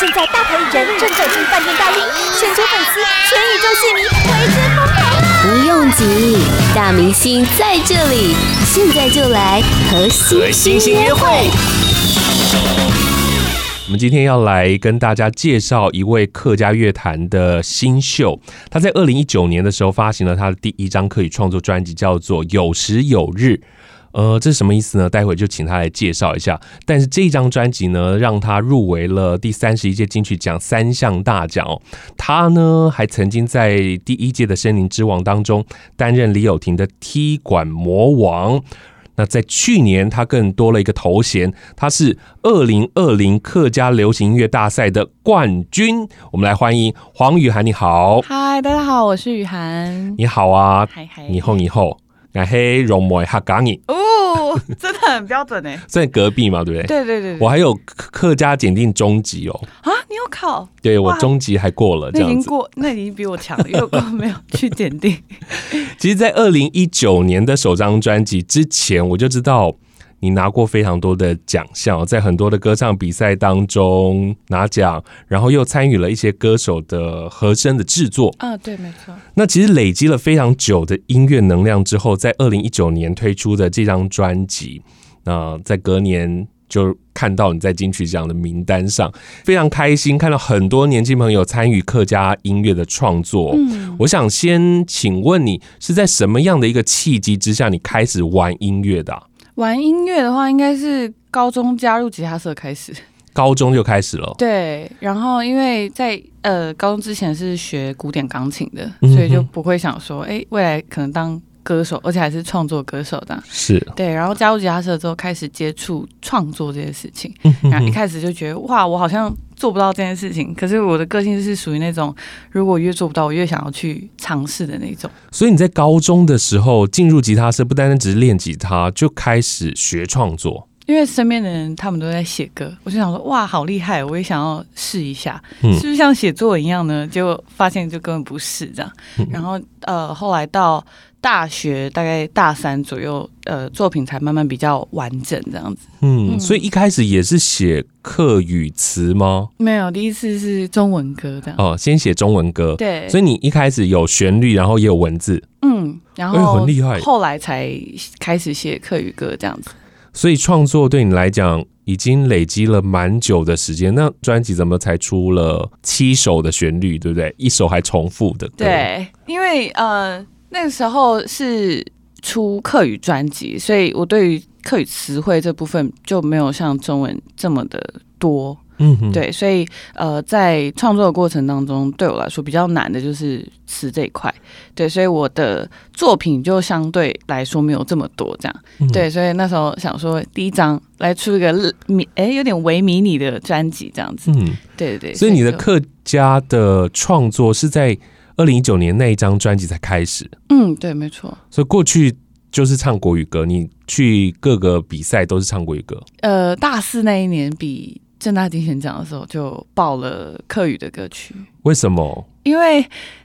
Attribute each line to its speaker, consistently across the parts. Speaker 1: 现在大牌人正走进饭店大厅，全球粉丝、全宇宙戏迷为之疯狂啊！
Speaker 2: 不用急，大明星在这里，现在就来和
Speaker 3: 和
Speaker 2: 星
Speaker 3: 星星
Speaker 2: 星
Speaker 3: 约
Speaker 2: 约
Speaker 3: 会
Speaker 2: 会。
Speaker 3: 我们今天要来跟大家介绍一位客家乐坛的新秀，他在二零一九年的时候发行了他的第一张客语创作专辑，叫做《有时有日》。呃，这是什么意思呢？待会就请他来介绍一下。但是这张专辑呢，让他入围了第三十一届金曲奖三项大奖哦。他呢，还曾经在第一届的《森林之王》当中担任李友廷的踢馆魔王。那在去年，他更多了一个头衔，他是二零二零客家流行音乐大赛的冠军。我们来欢迎黄雨涵，你好，
Speaker 4: 嗨，大家好，我是雨涵。
Speaker 3: 你好啊，
Speaker 4: 嗨嗨，
Speaker 3: 你好，你好，那嘿，容莫哈港你，
Speaker 4: 哦，真的很标准哎。
Speaker 3: 在隔壁嘛，对不对？
Speaker 4: 对对对对
Speaker 3: 我还有客客家检定中级哦，
Speaker 4: 啊，你有考？
Speaker 3: 对我
Speaker 4: 哇
Speaker 3: 中级还过了这
Speaker 4: 那已
Speaker 3: 样
Speaker 4: 经
Speaker 3: 子。
Speaker 4: 过，那已经比我强了，因为我根本没有去检 定。
Speaker 3: 其实，在二零一九年的首张专辑之前，我就知道你拿过非常多的奖项，在很多的歌唱比赛当中拿奖，然后又参与了一些歌手的和声的制作。
Speaker 4: 啊，对，没错。
Speaker 3: 那其实累积了非常久的音乐能量之后，在二零一九年推出的这张专辑，那在隔年就看到你在金曲奖的名单上，非常开心，看到很多年轻朋友参与客家音乐的创作。嗯，我想先请问你是在什么样的一个契机之下，你开始玩音乐的啊、
Speaker 4: 玩音乐的话，应该是高中加入吉他社开始。
Speaker 3: 高中就开始了，
Speaker 4: 对，然后因为在呃高中之前是学古典钢琴的，
Speaker 3: 嗯哼
Speaker 4: 所以就不会想说，哎、未来可能当歌手，而且还是创作歌手的。
Speaker 3: 是，
Speaker 4: 对，然后加入吉他社之后，开始接触创作这些事情。
Speaker 3: 嗯哼
Speaker 4: 然后一
Speaker 3: 哼
Speaker 4: 开始就觉得哇，我好像做不到这件事情。可是我的个性是属于那种，如果越做不到，我越想要去尝试的那种。
Speaker 3: 所以你在高中的时候进入吉他社，不单单只是练吉他，就开始学创作。
Speaker 4: 因为身边的人他们都在写歌，我就想说哇，好厉害，哦我也想要试一下，
Speaker 3: 嗯
Speaker 4: 是不是像写作文一样呢？结果发现就根本不是这样。
Speaker 3: 嗯
Speaker 4: 然后呃，后来到大学大概大三左右，呃，作品才慢慢比较完整这样子。
Speaker 3: 嗯，
Speaker 4: 嗯
Speaker 3: 所以一开始也是写客语词吗？
Speaker 4: 没有，第一次是中文歌这样。
Speaker 3: 哦，先写中文歌。
Speaker 4: 嗯对，
Speaker 3: 所以你一开始有旋律，然后也有文字，
Speaker 4: 嗯，然
Speaker 3: 哎
Speaker 4: 后
Speaker 3: 很厉害
Speaker 4: 后来才开始写客语歌这样子。
Speaker 3: 所以创作对你来讲已经累积了蛮久的时间。那专辑怎么才出了七首的旋律，对不对？一首还重复的歌。，
Speaker 4: 对，因为呃那个时候是出客语专辑，所以我对于客语词汇这部分就没有像中文这么的多。
Speaker 3: 嗯哼，
Speaker 4: 对，所以呃在创作的过程当中，对我来说比较难的就是词这一块。对，所以我的作品就相对来说没有这么多这样。
Speaker 3: 嗯
Speaker 4: 对，所以那时候想说，第一张来出一个迷，哎、有点微迷你的专辑这样子。
Speaker 3: 嗯，
Speaker 4: 对对对，
Speaker 3: 所以你的
Speaker 4: 就
Speaker 3: 客家的创作是在二零一九年那一张专辑才开始，
Speaker 4: 嗯，对，没错。
Speaker 3: 所以过去就是唱国语歌，你去各个比赛都是唱国语歌。
Speaker 4: 呃，大四那一年比正大金选奖的时候就报了客语的歌曲，
Speaker 3: 为什么？
Speaker 4: 因为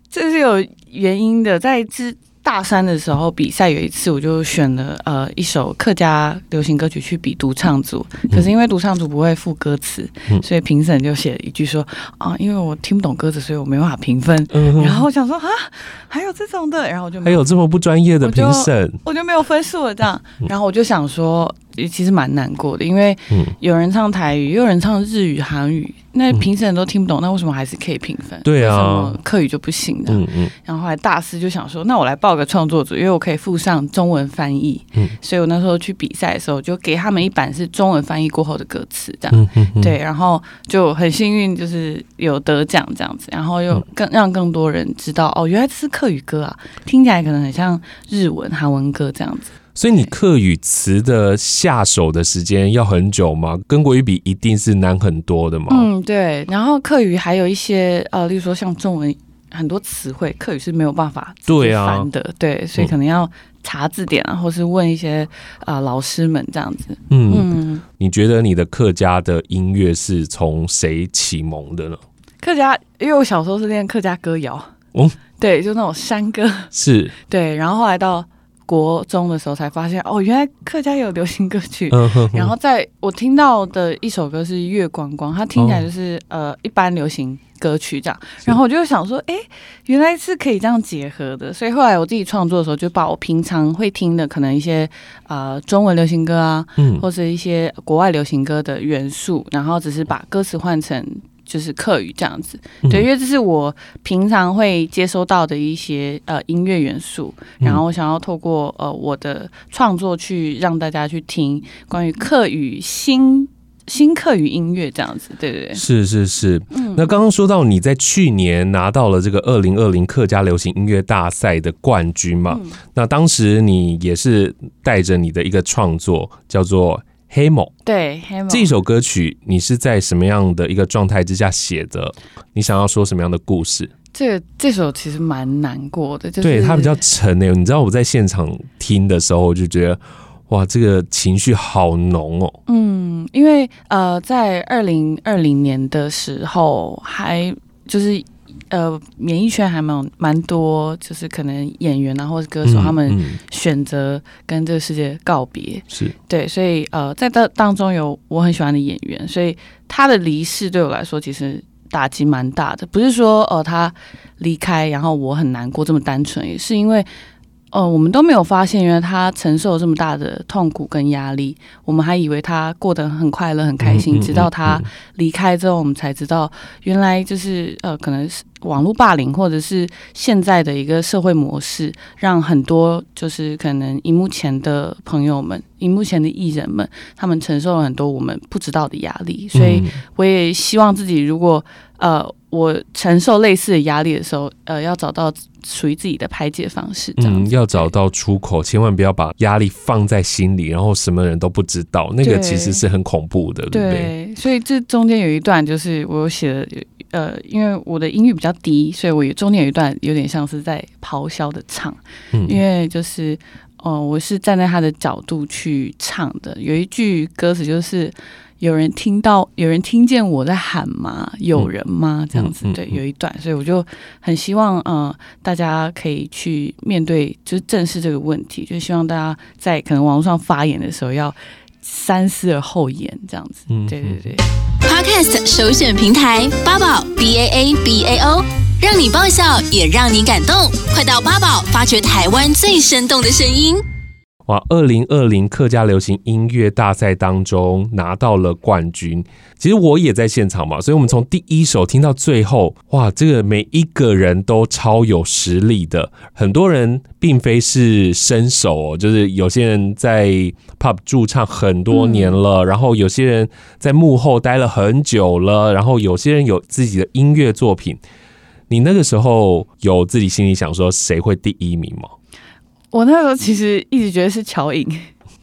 Speaker 4: 这是有原因的。在之大三的时候比赛有一次，我就选了呃一首客家流行歌曲去比独唱组，可是因为独唱组不会附歌词，
Speaker 3: 嗯
Speaker 4: 所以评审就写了一句说啊，因为我听不懂歌词，所以我没办法评分。
Speaker 3: 嗯哼
Speaker 4: 然后我想说啊，还有这种的，然后我就没
Speaker 3: 还有这么不专业的
Speaker 4: 我就啊
Speaker 3: 评审，
Speaker 4: 我就没有分数了这样。然后我就想说，也其实蛮难过的，因为
Speaker 3: 嗯
Speaker 4: 有人唱台语，也有人唱日语、韩语，那评审都听不懂，那为什么还是可以评分？
Speaker 3: 对啊
Speaker 4: 为什么客语就不行的？
Speaker 3: 嗯嗯
Speaker 4: 然后后来大四就想说，那我来报个创作组，因为我可以附上中文翻译。
Speaker 3: 嗯
Speaker 4: 所以我那时候去比赛的时候，就给他们一版是中文翻译过后的歌词这样。
Speaker 3: 嗯嗯嗯，
Speaker 4: 对，然后就很幸运，就是有得奖这样子，然后
Speaker 3: 嗯
Speaker 4: 又更让更多人知道哦，原来这是客语歌啊，听起来可能很像日文、韩文歌这样子。
Speaker 3: 所以你客语词的下手的时间要很久吗？跟国语比一定是难很多的嘛。
Speaker 4: 嗯，对。然后客语还有一些呃，例如说像中文很多词汇，客语是没有办法直接
Speaker 3: 对啊
Speaker 4: 翻的，对，所以可能要查字典啊，或是问一些啊、呃老师们这样子。
Speaker 3: 嗯，
Speaker 4: 嗯，
Speaker 3: 你觉得你的客家的音乐是从谁启蒙的呢？
Speaker 4: 客家，因为我小时候是练客家歌谣，
Speaker 3: 哦
Speaker 4: 对，就那种山歌，
Speaker 3: 是
Speaker 4: 对，然后后来到国中的时候才发现，哦，原来客家也有流行歌曲。
Speaker 3: 嗯哼
Speaker 4: 然后在我听到的一首歌是《月光光》，它听起来就是、
Speaker 3: 哦
Speaker 4: 呃一般流行歌曲这样。然后我就想说，哎、原来是可以这样结合的。所以后来我自己创作的时候，就把我平常会听的可能一些呃中文流行歌啊，
Speaker 3: 嗯
Speaker 4: 或是一些国外流行歌的元素，然后只是把歌词换成就是客语这样子。
Speaker 3: 嗯
Speaker 4: 对，因为这是我平常会接收到的一些呃音乐元素，
Speaker 3: 嗯
Speaker 4: 然后我想要透过呃我的创作去让大家去听关于客语新新客语音乐这样子，对对对，
Speaker 3: 是是
Speaker 4: 嗯
Speaker 3: 是，那刚刚说到你在去年拿到了这个二零二零客家流行音乐大赛的冠军嘛？那当时你也是带着你的一个创作叫做《黑某》
Speaker 4: 对，黑猫
Speaker 3: 这首歌曲，你是在什么样的一个状态之下写的？你想要说什么样的故事？
Speaker 4: 这这首其实蛮难过的，就是
Speaker 3: 对，它比较沉诶、你知道我在现场听的时候，我就觉得哇，这个情绪好浓哦、
Speaker 4: 嗯，因为呃，在二零二零年的时候，还就是呃，演艺圈还蛮有蛮多，就是可能演员啊或者歌手、
Speaker 3: 嗯
Speaker 4: 他们
Speaker 3: 嗯
Speaker 4: 选择跟这个世界告别，
Speaker 3: 是
Speaker 4: 对，所以呃，在当当中有我很喜欢的演员，所以他的离世对我来说其实打击蛮大的。不是说呃他离开，然后我很难过这么单纯，也是因为呃我们都没有发现，原来他承受了这么大的痛苦跟压力，我们还以为他过得很快乐、很开
Speaker 3: 嗯
Speaker 4: 心，
Speaker 3: 嗯
Speaker 4: 直到他
Speaker 3: 嗯嗯
Speaker 4: 离开之后，我们才知道原来就是呃可能是网络霸凌，或者是现在的一个社会模式，让很多就是可能荧幕前的朋友们、荧幕前的艺人们，他们承受了很多我们不知道的压力。所以
Speaker 3: 嗯
Speaker 4: 我也希望自己，如果呃我承受类似的压力的时候，呃要找到属于自己的排解方式。这样
Speaker 3: 嗯，
Speaker 4: 子
Speaker 3: 要找到出口，千万不要把压力放在心里，然后什么人都不知道，那个
Speaker 4: 对
Speaker 3: 其实是很恐怖的，对不对？
Speaker 4: 对，所以这中间有一段就是我有写了，呃，因为我的音域比较低，所以我有中间有一段有点像是在咆哮的唱，因
Speaker 3: 嗯，
Speaker 4: 为就是，呃，我是站在他的角度去唱的。有一句歌词就是“有人听到，有人听见我在喊吗？有人吗？”这样子，
Speaker 3: 嗯嗯
Speaker 4: 对，
Speaker 3: 嗯
Speaker 4: 有一段，所以我就很希望，呃，大家可以去面对，就是正视这个问题，就希望大家在可能网络上发言的时候要三思而后言，这样子。
Speaker 3: 嗯
Speaker 4: 对对对。
Speaker 2: Podcast 首选平台八宝 B A A B A O，让你爆笑也让你感动。快到八宝发掘台湾最生动的声音。
Speaker 3: 哇，二零二零客家流行音乐大赛当中拿到了冠军。其实我也在现场嘛，所以我们从第一首听到最后，哇，这个每一个人都超有实力的。很多人并非是身手、哦，就是有些人在 pub 驻唱很多年了，然后有些人在幕后待了很久了，然后有些人有自己的音乐作品。你那个时候有自己心里想说谁会第一名吗？
Speaker 4: 我那时候其实一直觉得是乔颖，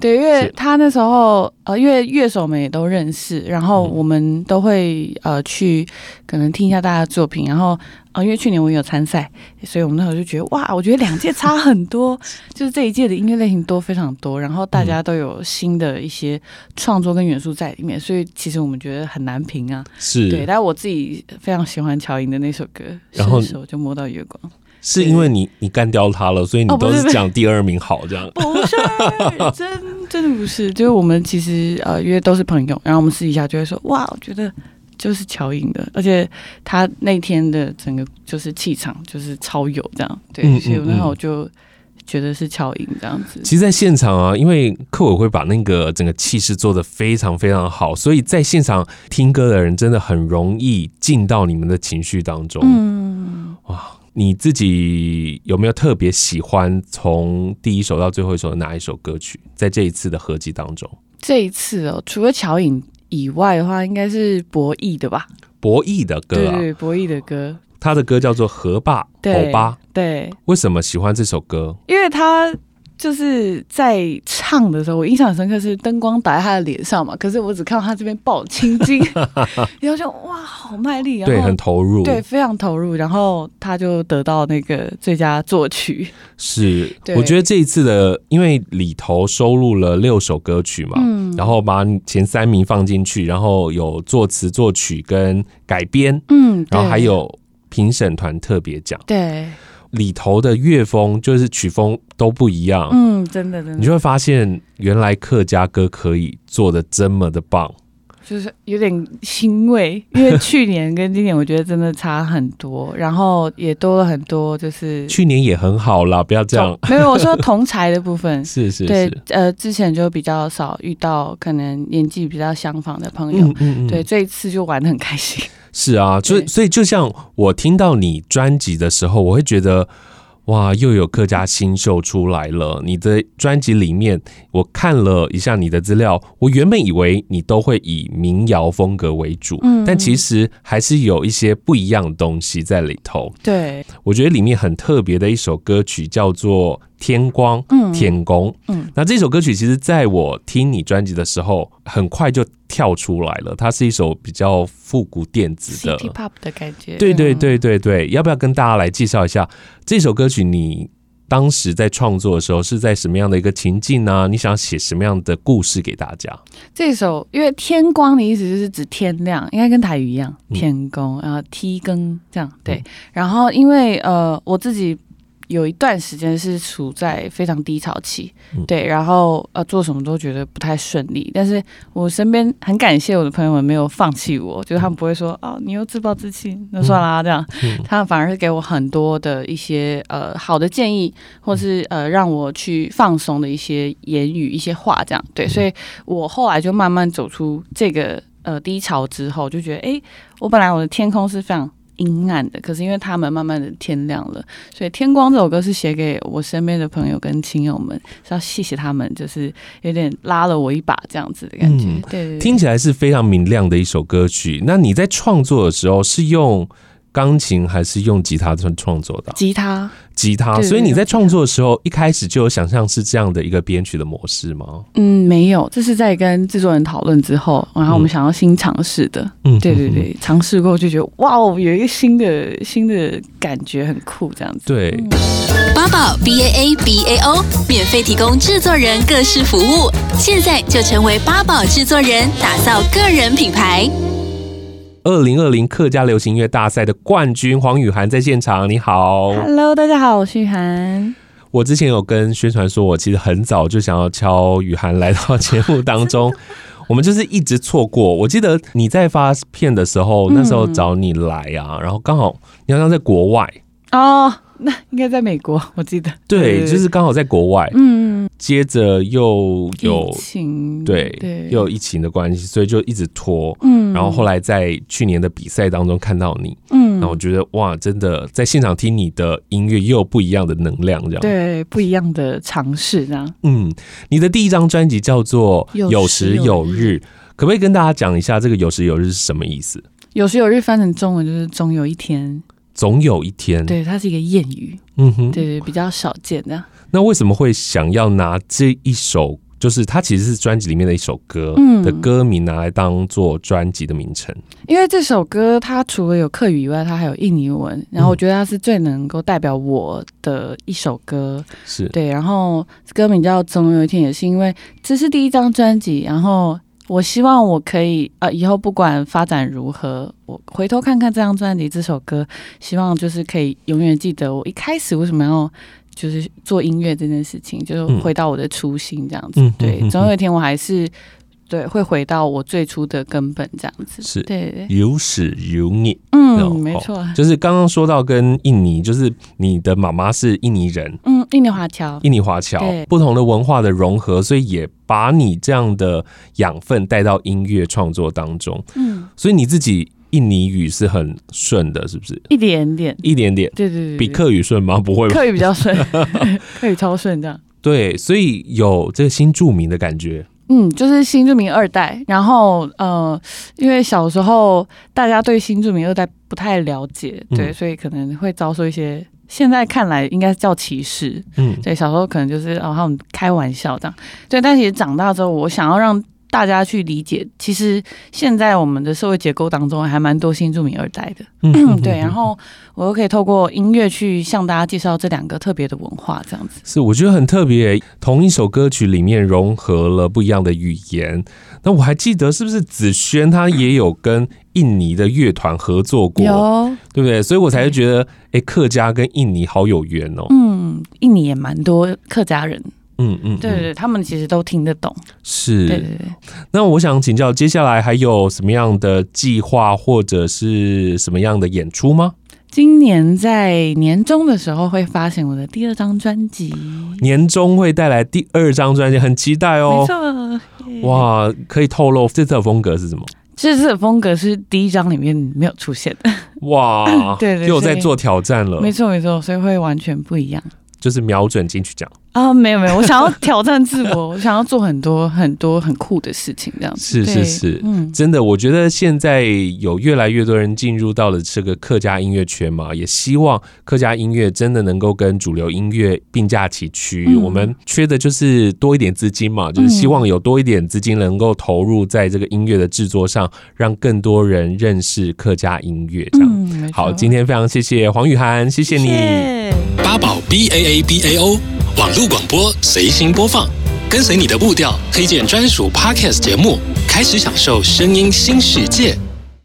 Speaker 4: 对，因为
Speaker 3: 是
Speaker 4: 他那时候呃，因为乐手们也都认识，然后
Speaker 3: 嗯
Speaker 4: 我们都会呃去可能听一下大家的作品，然后呃，因为去年我也有参赛，所以我们那时候就觉得哇，我觉得两届差很多， 就是这一届的音乐类型多非常多，然后大
Speaker 3: 嗯
Speaker 4: 家都有新的一些创作跟元素在里面，所以其实我们觉得很难评啊。
Speaker 3: 是
Speaker 4: 对，但我自己非常喜欢乔颖的那首歌，
Speaker 3: 然后
Speaker 4: 伸手就摸到月光。
Speaker 3: 是因为你你干掉他了，所以你
Speaker 4: 哦
Speaker 3: 都
Speaker 4: 不是
Speaker 3: 是
Speaker 4: 不是
Speaker 3: 讲第二名好这样。
Speaker 4: 不 是，真真的不是，就是我们其实呃，因为都是朋友，然后我们私底下就会说，哇，我觉得就是乔颖的，而且他那天的整个就是气场就是超有这样，对，
Speaker 3: 嗯
Speaker 4: 所以我
Speaker 3: 嗯
Speaker 4: 那时候
Speaker 3: 嗯
Speaker 4: 我就觉得是乔颖这样子，
Speaker 3: 其实，在现场啊，因为客委会把那个整个气势做得非常非常好，所以在现场听歌的人真的很容易进到你们的情绪当中。
Speaker 4: 嗯，
Speaker 3: 你自己有没有特别喜欢从第一首到最后一首的哪一首歌曲？在这一次的合集当中，
Speaker 4: 这一次哦，除了乔颖以外的话，应该是博弈的吧？
Speaker 3: 博弈的歌
Speaker 4: 对
Speaker 3: 啊，
Speaker 4: 对，博弈的歌，
Speaker 3: 他的歌叫做《河坝
Speaker 4: 对
Speaker 3: 欧巴》，
Speaker 4: 对，
Speaker 3: 为什么喜欢这首歌？
Speaker 4: 因为他就是在唱的时候，我印象很深刻是灯光打在他的脸上嘛，可是我只看到他这边抱青 筋，然后就哇，好卖力，然后
Speaker 3: 对，很投入，
Speaker 4: 对非常投入，然后他就得到那个最佳作曲，
Speaker 3: 是，
Speaker 4: 对
Speaker 3: 我觉得这一次的，因为里头收录了六首歌曲嘛，
Speaker 4: 嗯
Speaker 3: 然后把前三名放进去，然后有作词、作曲跟改编，
Speaker 4: 嗯
Speaker 3: 然后还有评审团特别奖。
Speaker 4: 对，
Speaker 3: 里头的乐风就是曲风都不一样，
Speaker 4: 嗯，真的真
Speaker 3: 哦你
Speaker 4: 的，
Speaker 3: 就会发现原来客家歌可以做的这么的棒。
Speaker 4: 就是有点欣慰，因为去年跟今年我觉得真的差很多，然后也多了很多，就是
Speaker 3: 去年也很好啦，不要这样。。
Speaker 4: 没有我说同才的部分
Speaker 3: 是是
Speaker 4: 对
Speaker 3: 是，，
Speaker 4: 呃，之前就比较少遇到可能年纪比较相仿的朋友，
Speaker 3: 嗯嗯嗯
Speaker 4: 对，，这一次就玩的很 开心。
Speaker 3: 是啊，所以
Speaker 4: 对
Speaker 3: 所以就像我听到你专辑的时候，我会觉得。哇，又有客家新秀出来了！你的专辑里面，我看了一下你的资料，我原本以为你都会以民谣风格为主，
Speaker 4: 嗯
Speaker 3: 但其实还是有一些不一样的东西在里头。
Speaker 4: 对，
Speaker 3: 我觉得里面很特别的一首歌曲叫做《天光》，
Speaker 4: 嗯
Speaker 3: 天宫，
Speaker 4: 嗯
Speaker 3: 那这首歌曲其实在我听你专辑的时候，很快就跳出来了。它是一首比较复古电子的，
Speaker 4: ，City Pop 的感觉。
Speaker 3: 对对
Speaker 4: 嗯，
Speaker 3: 对对对。要不要跟大家来介绍一下这首歌曲？你当时在创作的时候是在什么样的一个情境呢、你想写什么样的故事给大家？
Speaker 4: 这首因为天光的意思就是指天亮，应该跟台语一样，
Speaker 3: 嗯
Speaker 4: 天公，然后梯更这样。对，然后因为呃我自己。有一段时间是处在非常低潮期，
Speaker 3: 嗯
Speaker 4: 对，然后呃做什么都觉得不太顺利，但是我身边很感谢我的朋友们没有放弃我，就是他们不会说哦你又自暴自弃，那算啦、这样，
Speaker 3: 嗯
Speaker 4: 他们反而是给我很多的一些呃好的建议，或是呃让我去放松的一些言语、一些话这样。
Speaker 3: 嗯
Speaker 4: 对，所以我后来就慢慢走出这个呃低潮之后，就觉得诶，我本来我的天空是非常。阴暗的，可是因为他们慢慢的天亮了，所以《天光》这首歌是写给我身边的朋友跟亲友们，是要谢谢他们，就是有点拉了我一把这样子的感觉。
Speaker 3: 嗯
Speaker 4: 对对对，
Speaker 3: 听起来是非常明亮的一首歌曲。那你在创作的时候是用钢琴还是用吉他创创作的啊？
Speaker 4: 吉他
Speaker 3: 吉他，
Speaker 4: 对
Speaker 3: 所以你
Speaker 4: 用
Speaker 3: 在
Speaker 4: 吉
Speaker 3: 创
Speaker 4: 他
Speaker 3: 作的时候，一开始就有想象是这样的一个编曲的模式吗？
Speaker 4: 嗯，没有，这是在跟制作人讨论之后，然后我们
Speaker 3: 嗯
Speaker 4: 想要新尝试 的。
Speaker 3: 嗯，
Speaker 4: 对对
Speaker 3: 嗯
Speaker 4: 对，尝试过就觉得哇哦，有一个新的新的感觉，很酷这样子。
Speaker 3: 对，
Speaker 2: 八宝 B A A B A O 免费提供制作人各式服务，现在就成为八宝制作人，打造个人品牌。
Speaker 3: 二零二零客家流行音乐大赛的冠军黄雨涵在现场，你好。
Speaker 4: Hello，大家好，我是雨涵。
Speaker 3: 我之前有跟宣传说，我其实很早就想要敲雨涵来到节目当 中，我们就是一直错过。我记得你在发片的时候，那时候找你来
Speaker 4: 嗯
Speaker 3: 啊，然后刚好你好像在国外，
Speaker 4: 哦，那应该在美国，我记得。
Speaker 3: 对，就是刚好在国外，
Speaker 4: 嗯，
Speaker 3: 接着又有
Speaker 4: 疫情，
Speaker 3: 对，
Speaker 4: 对，
Speaker 3: 又有疫情的关系，所以就一直拖。
Speaker 4: 嗯，
Speaker 3: 然后后来在去年的比赛当中看到你，
Speaker 4: 嗯
Speaker 3: 然后我觉得哇，真的在现场听你的音乐又有不一样的能量，这样。，
Speaker 4: 对不一样的尝试这样。
Speaker 3: 嗯，你的第一张专辑叫做《有
Speaker 4: 有
Speaker 3: 时
Speaker 4: 时
Speaker 3: 有
Speaker 4: 有
Speaker 3: 日》，可不可以跟大家讲一下这个“有时有日”是什么意思？
Speaker 4: 有时有日翻成中文就是总有一天，
Speaker 3: 总有一天，，
Speaker 4: 对，它是一个谚语，
Speaker 3: 嗯哼，
Speaker 4: 对对，比较少见的。
Speaker 3: 那为什么会想要拿这一首，就是它其实是专辑里面的一首歌、
Speaker 4: 嗯
Speaker 3: 的歌名拿来当做专辑的名称？
Speaker 4: 因为这首歌它除了有客语以外，它还有印尼文，
Speaker 3: 嗯
Speaker 4: 然后我觉得它是最能够代表我的一首歌。
Speaker 3: 是，
Speaker 4: 对，然后歌名叫《总有一天》，也是因为这是第一张专辑，然后我希望我可以呃，以后不管发展如何，我回头看看这张专辑这首歌，希望就是可以永远记得我一开始为什么要。就是做音乐这件事情，就是
Speaker 3: 嗯
Speaker 4: 回到我的初心这样子。
Speaker 3: 嗯嗯嗯
Speaker 4: 对，
Speaker 3: 嗯
Speaker 4: 总有一天我还是对会回到我最初的根本这样子。
Speaker 3: 是
Speaker 4: 对对。
Speaker 3: 有始有你。哦
Speaker 4: 嗯，没错，
Speaker 3: 就是刚刚说到跟印尼，就是你的妈妈是印尼人，
Speaker 4: 嗯，印尼华侨，
Speaker 3: 印尼华侨
Speaker 4: 对，
Speaker 3: 不同的文化的融合，所以也把你这样的养分带到音乐创作当中。
Speaker 4: 嗯，
Speaker 3: 所以你自己印尼语是很顺的，是不是？
Speaker 4: 一点点，
Speaker 3: 一点点，
Speaker 4: 对对对，对
Speaker 3: 比客语顺吗？不会吧？
Speaker 4: 客语比 较顺，客语超顺这样。
Speaker 3: 对，所以有这个新著名的感觉。
Speaker 4: 嗯，就是新住民二代，然后呃，因为小时候大家对新住民二代不太了解，对，
Speaker 3: 嗯
Speaker 4: 所以可能会遭受一些现在看来应该叫歧视，
Speaker 3: 嗯，
Speaker 4: 对，小时候可能就是哦，他们开玩笑这样。对，但其实长大之后，我想要让大家去理解，其实现在我们的社会结构当中还蛮多新住民二代的。嗯，对。然后我又可以透过音乐去向大家介绍这两个特别的文化，这样子。
Speaker 3: 是我觉得很特别，同一首歌曲里面融合了不一样的语言，那我还记得是不是子轩他也有跟印尼的乐团合作过，
Speaker 4: 有，
Speaker 3: 对不对？所以我才会觉得，哎、客家跟印尼好有缘哦。
Speaker 4: 嗯，印尼也蛮多客家人，
Speaker 3: 嗯嗯，嗯
Speaker 4: 对对，对他们其实都听得懂，
Speaker 3: 是。
Speaker 4: 对对对。
Speaker 3: 那我想请教，接下来还有什么样的计划或者是什么样的演出
Speaker 4: 嗯
Speaker 3: 吗？
Speaker 4: 今年在年终的时候会发行我的第二张专辑，
Speaker 3: 年终会带来第二张专辑，很期待
Speaker 4: 没
Speaker 3: 哦。
Speaker 4: 错，
Speaker 3: 哇，可以透露这次的风格是什么？
Speaker 4: 这次的风格是第一张里面没有出现的，
Speaker 3: 哇，
Speaker 4: 对对
Speaker 3: 又在
Speaker 4: 所以
Speaker 3: 做挑战了，
Speaker 4: 没错没错，所以会完全不一样
Speaker 3: 就是瞄准金曲奖。
Speaker 4: 啊！没有没有，我想要挑战自 我，我想要做很多很多很酷的事情，这样
Speaker 3: 是
Speaker 4: 子
Speaker 3: 是
Speaker 4: 对
Speaker 3: 是
Speaker 4: 嗯，
Speaker 3: 真的，我觉得现在有越来越多人进入到了这个客家音乐圈嘛，也希望客家音乐真的能够跟主流音乐并驾齐驱。
Speaker 4: 嗯
Speaker 3: 我们缺的就是多一点资金嘛，就是希望有多一点资金能够投入在这个音乐的制作上，让更多人认识客家音乐。这样、
Speaker 4: 嗯，没错
Speaker 3: 好，今天非常谢谢黄雨涵，谢谢你。
Speaker 4: 谢
Speaker 5: 八宝 B A A B A O 网络广播随心播放，跟随你的步调，推荐专属 Podcast 节目，开始享受声音新世界。